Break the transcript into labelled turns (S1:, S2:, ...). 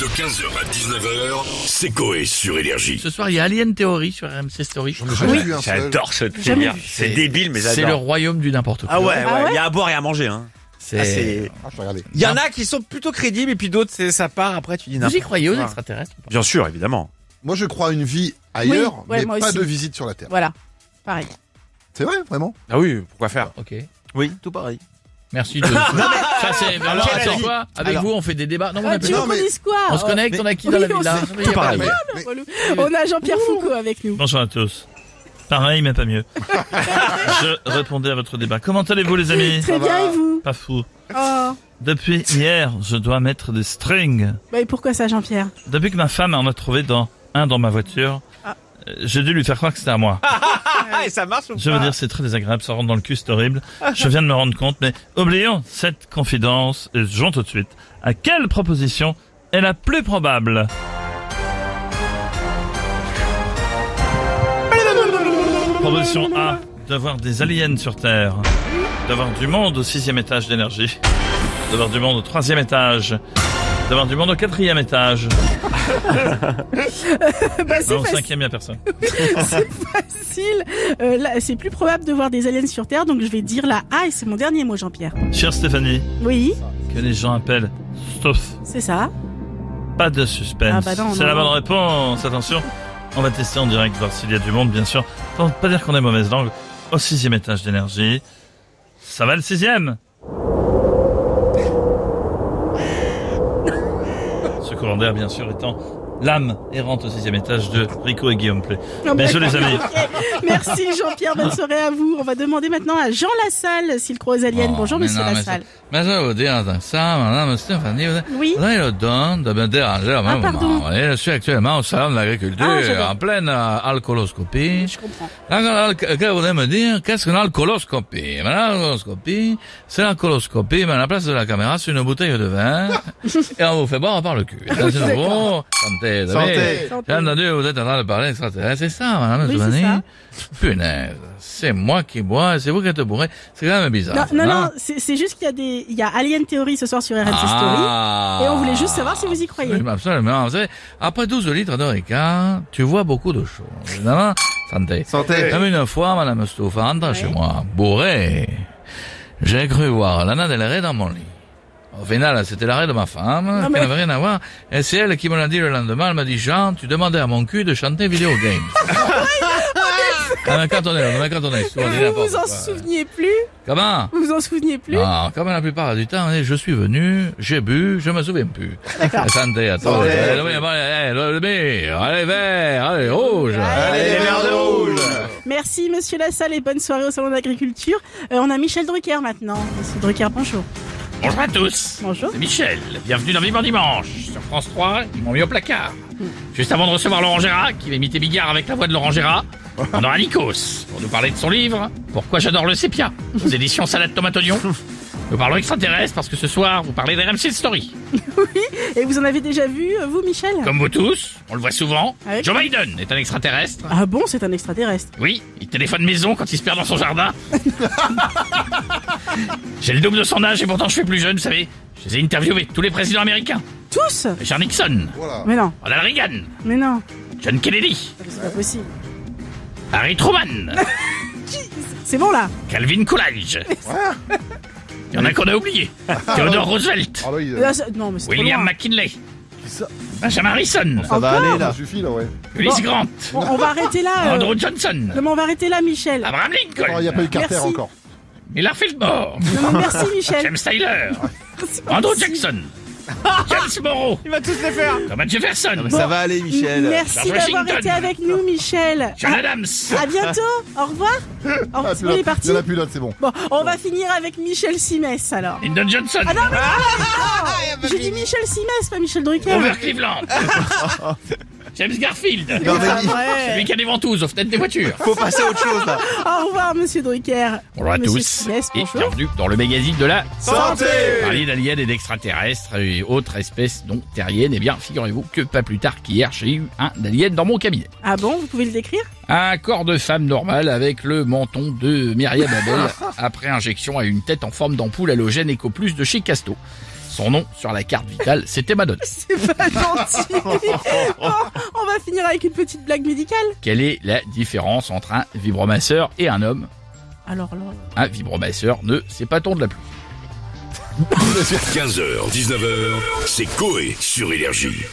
S1: De 15h à 19h, c'est Coé sur Énergie.
S2: Ce soir, il y a Alien Theory sur RMC Story.
S3: Oui.
S4: vu un seul.
S5: J'adore ce
S3: Jamais
S5: délire.
S3: vu.
S5: C'est débile, mais
S2: C'est le
S5: j'adore.
S2: royaume du n'importe quoi.
S5: Ah ouais,
S3: Ah
S5: ouais,
S3: ouais
S5: il y a à boire et à manger. Hein. Ah,
S2: C'est...
S5: c'est-
S4: Ah, je vais regarder.
S5: Il y en a qui sont plutôt crédibles et puis d'autres, c'est- ça part après, tu dis
S2: Vous y
S5: n'importe
S2: croyez aux
S5: quoi.
S2: extraterrestres ou pas
S5: Bien sûr, évidemment.
S4: Moi, je crois à une vie ailleurs,
S3: ouais, moi
S4: mais pas
S3: aussi.
S4: de visite sur la Terre.
S3: Voilà, pareil.
S4: C'est vrai, vraiment
S5: Ah oui, pourquoi faire
S2: Ok.
S5: Oui, tout pareil.
S2: Merci de. Ça, c'est vraiment
S5: quel
S2: attends,
S5: avis
S2: quoi Avec
S5: Alors.
S2: vous, on fait des débats. Non, on
S3: Ah,
S2: a
S3: tu
S2: plus-
S4: non,
S3: veux qu'on
S4: mais-
S3: dise quoi
S2: On se connecte,
S3: Mais-
S2: on a qui dans la
S3: Oui, on
S2: villa
S3: se-
S2: Il y a pas de
S5: pareil.
S2: problème.
S4: Ah,
S3: Ah,
S4: Mais- mais-
S3: relou. On a Jean-Pierre Foucault avec nous.
S6: Bonsoir à tous. Pareil, mais pas mieux. Je répondais à votre débat. Comment allez-vous, les amis
S3: Très
S4: Ça
S3: bien,
S4: va.
S3: et vous
S6: Pas fou.
S3: Oh.
S6: Depuis hier, je dois mettre des strings.
S3: Bah, et pourquoi ça, Jean-Pierre
S6: Depuis que ma femme en a trouvé dans un dans ma voiture,
S3: Ah.
S6: euh, j'ai dû lui faire croire que c'était à moi.
S5: Ah, et ça marche ou
S6: Je veux
S5: pas
S6: dire, c'est très désagréable, ça rentre dans le cul, c'est horrible. Je viens de me rendre compte, mais oublions cette confidence. Et Jouons tout de suite. À quelle proposition est la plus probable Proposition A, d'avoir des aliens sur Terre. D'avoir du monde au sixième étage d'énergie. D'avoir du monde au troisième étage. D'avoir du monde au quatrième étage.
S3: Bah, c'est
S6: Non, au
S3: faci-
S6: cinquième, il n'y a personne.
S3: c'est facile. Euh, là, c'est plus probable de voir des aliens sur Terre, donc je vais dire la A et c'est mon dernier mot, Jean-Pierre.
S6: Chère Stéphanie,
S3: Oui,
S6: que les gens appellent stuff.
S3: c'est ça.
S6: Pas de suspense.
S3: Ah bah non,
S6: c'est
S3: non,
S6: la
S3: non.
S6: bonne réponse, attention. On va tester en direct, voir s'il y a du monde, bien sûr. Pour pas dire qu'on est mauvaise langue. Au sixième étage d'énergie. Ça va le sixième Ce courant d'air, bien sûr, étant l'âme errante au sixième étage de Rico et Guillaume Play.
S3: Non, mais-
S6: Désolé, les amis.
S3: Merci, Jean-Pierre. Bonne soirée à vous. On va demander maintenant à Jean Lassalle s'il croit aux aliens.
S2: Oh,
S3: Bonjour,
S2: mais
S3: monsieur
S2: non, mais
S3: Lassalle.
S2: Mais je vais vous dire ça, madame Stéphanie. vous-
S3: Oui.
S2: Là, il est temps de me déranger à
S3: Ah,
S2: un
S3: pardon.
S2: moment. Et je suis actuellement au salon de l'agriculture,
S3: Ah, je vois.
S2: en pleine euh, alcooloscopie.
S3: Je comprends.
S2: La- la- la- Que voulez me dire Qu'est-ce qu'une alcooloscopie Mais L'alcooloscopie, c'est la coloscopie, mais à la place de la caméra, c'est une bouteille de vin et on vous fait boire par le cul. Et là, C'est nouveau. Santé, David.
S4: Santé.
S3: Santé.
S2: J'ai entendu, vous êtes en train de parler extraterrestre. C'est ça, madame
S3: Oui, c'est
S2: Giovanni
S3: ça.
S2: Punaise, c'est moi qui bois et c'est vous qui êtes bourré. C'est quand même
S3: Non,
S2: bizarre. hein
S3: non, non, c'est c'est juste qu'il y a des, il y a Alien Theory ce soir sur RMC Story.
S2: Ah.
S3: Et on voulait juste savoir si vous y croyez.
S2: Absolument, absolument. Vous savez, après 12 litres de Ricard, tu vois beaucoup de choses. Évidemment, santé.
S4: Santé.
S2: Comme une fois, Madame Stouff, en rentrant chez moi, bourré, j'ai cru voir Lana Del Rey dans mon lit. Au final, c'était l'arrêt de ma femme, qui
S3: Ah, mais-
S2: n'avait rien à voir, et c'est elle qui me l'a dit le lendemain, elle m'a dit, Jean, tu demandais à mon cul de chanter Video Games. Ah, mais quand on est, mais quand on est sourd, on dit
S3: Vous
S2: n'importe
S3: vous en
S2: quoi.
S3: souveniez plus?
S2: Comment?
S3: Vous vous en souveniez plus?
S7: Ah.
S2: Non, comme la plupart du temps,
S7: hein,
S2: je suis venu, j'ai bu, je me souviens plus. Santé, attends.
S4: Santé.
S7: Eh,
S2: Le allez, le meilleur, allez, vert, allez, rouge.
S3: Allez,
S5: les verres de rouge.
S3: Merci Monsieur Lassalle et bonne soirée au Salon d'agriculture. Euh, on a Michel Drucker maintenant. Monsieur Drucker, bonjour.
S7: Bonjour à tous,
S3: Bonjour.
S7: c'est Michel, bienvenue dans Vivant Dimanche. Sur France 3, ils m'ont mis au placard.
S3: Hmm.
S7: Juste avant de recevoir Laurent Gérard, qui va imiter Bigard avec la voix de Laurent Gérard, on aura Nikos pour nous parler de son livre Pourquoi j'adore le sépia aux éditions Salade Tomate Oignon. Nous parlons extraterrestres parce que ce soir, vous parlez d'RMC Story.
S3: Et vous en avez déjà vu, euh, vous Michel
S7: Comme vous tous, on le voit souvent,
S3: Ouais.
S7: Joe Biden est un extraterrestre.
S3: Ah bon, c'est un extraterrestre.
S7: Oui, il téléphone maison quand il se perd dans son jardin. J'ai le double de son âge et pourtant je suis plus jeune, vous savez. Je les ai interviewés, tous les présidents américains.
S3: Tous
S7: Richard Nixon,
S4: Voilà.
S3: Mais non,
S7: Ronald Reagan,
S3: mais non,
S7: John Kennedy,
S3: c'est pas possible.
S7: Harry Truman,
S3: C'est bon là
S7: Calvin Coolidge. Il y en a qu'on a oublié. Theodore Roosevelt,
S4: Ah, là, il-
S3: Là, c'est- Euh, Non, mais c'est trop
S7: William
S3: loin.
S7: McKinley,
S4: ça
S7: Benjamin Harrison,
S4: ça va
S3: Encore
S4: aller, là. Ah, Ça suffit, là, ouais.
S7: Ulysse Grant,
S3: Bon, on va arrêter là. euh.
S7: Andrew Ah, Johnson,
S3: Non, mais on va arrêter là, Michel.
S7: Abraham
S4: Oh, Il n'y a
S7: Lincoln,
S4: pas eu Carter
S3: Merci.
S4: encore.
S7: Millard Fillmore,
S3: Non, mais merci Michel.
S7: James Tyler,
S3: C'est pas
S7: Andrew
S3: possible.
S7: Jackson, James Morrow,
S5: Il va tous les faire.
S7: Thomas Jefferson,
S5: Ça va aller,
S3: M-
S5: Michel.
S3: Merci
S7: George
S3: d'avoir
S7: Washington.
S3: été avec nous, Michel.
S7: John Adams.
S3: À bientôt. Au revoir. Au
S4: Ah,
S3: revoir.
S4: puis
S3: On
S4: là,
S3: est parti.
S4: Il y en a plus là, c'est bon.
S3: Bon, on va finir avec Michel Simès alors.
S7: Lyndon Johnson,
S3: Ah non, mais non, J'ai dit Michel Simès, pas Michel Drucker.
S7: Robert Cleveland, James Garfield,
S4: Non,
S3: Ah,
S4: mais il-
S7: celui qui a des ventouses aux fenêtres des voitures.
S5: Faut passer à autre chose, là.
S3: Au revoir, monsieur Drucker.
S7: Bonjour à
S3: Monsieur
S7: tous
S3: Simès,
S7: et
S3: bonjour. Euh.
S7: bienvenue dans le magazine de la
S5: Santé
S7: Parler d'aliens et d'extraterrestres et autres espèces non terriennes, eh bien, figurez-vous que pas plus tard qu'hier, j'ai eu un alien dans mon cabinet.
S3: Ah bon, vous pouvez le décrire
S7: Un corps de femme normale avec le menton de Myriam Abel après injection à une tête en forme d'ampoule halogène EcoPlus de chez Casto. Son nom sur la carte vitale, c'était Madonna.
S3: C'est pas gentil. Bon, on va finir avec une petite blague médicale.
S7: Quelle est la différence entre un vibromasseur et un homme
S3: Alors là,
S7: Un vibromasseur ne s'épaton de la pluie.
S1: 15h, 19h, c'est Coé sur Énergie.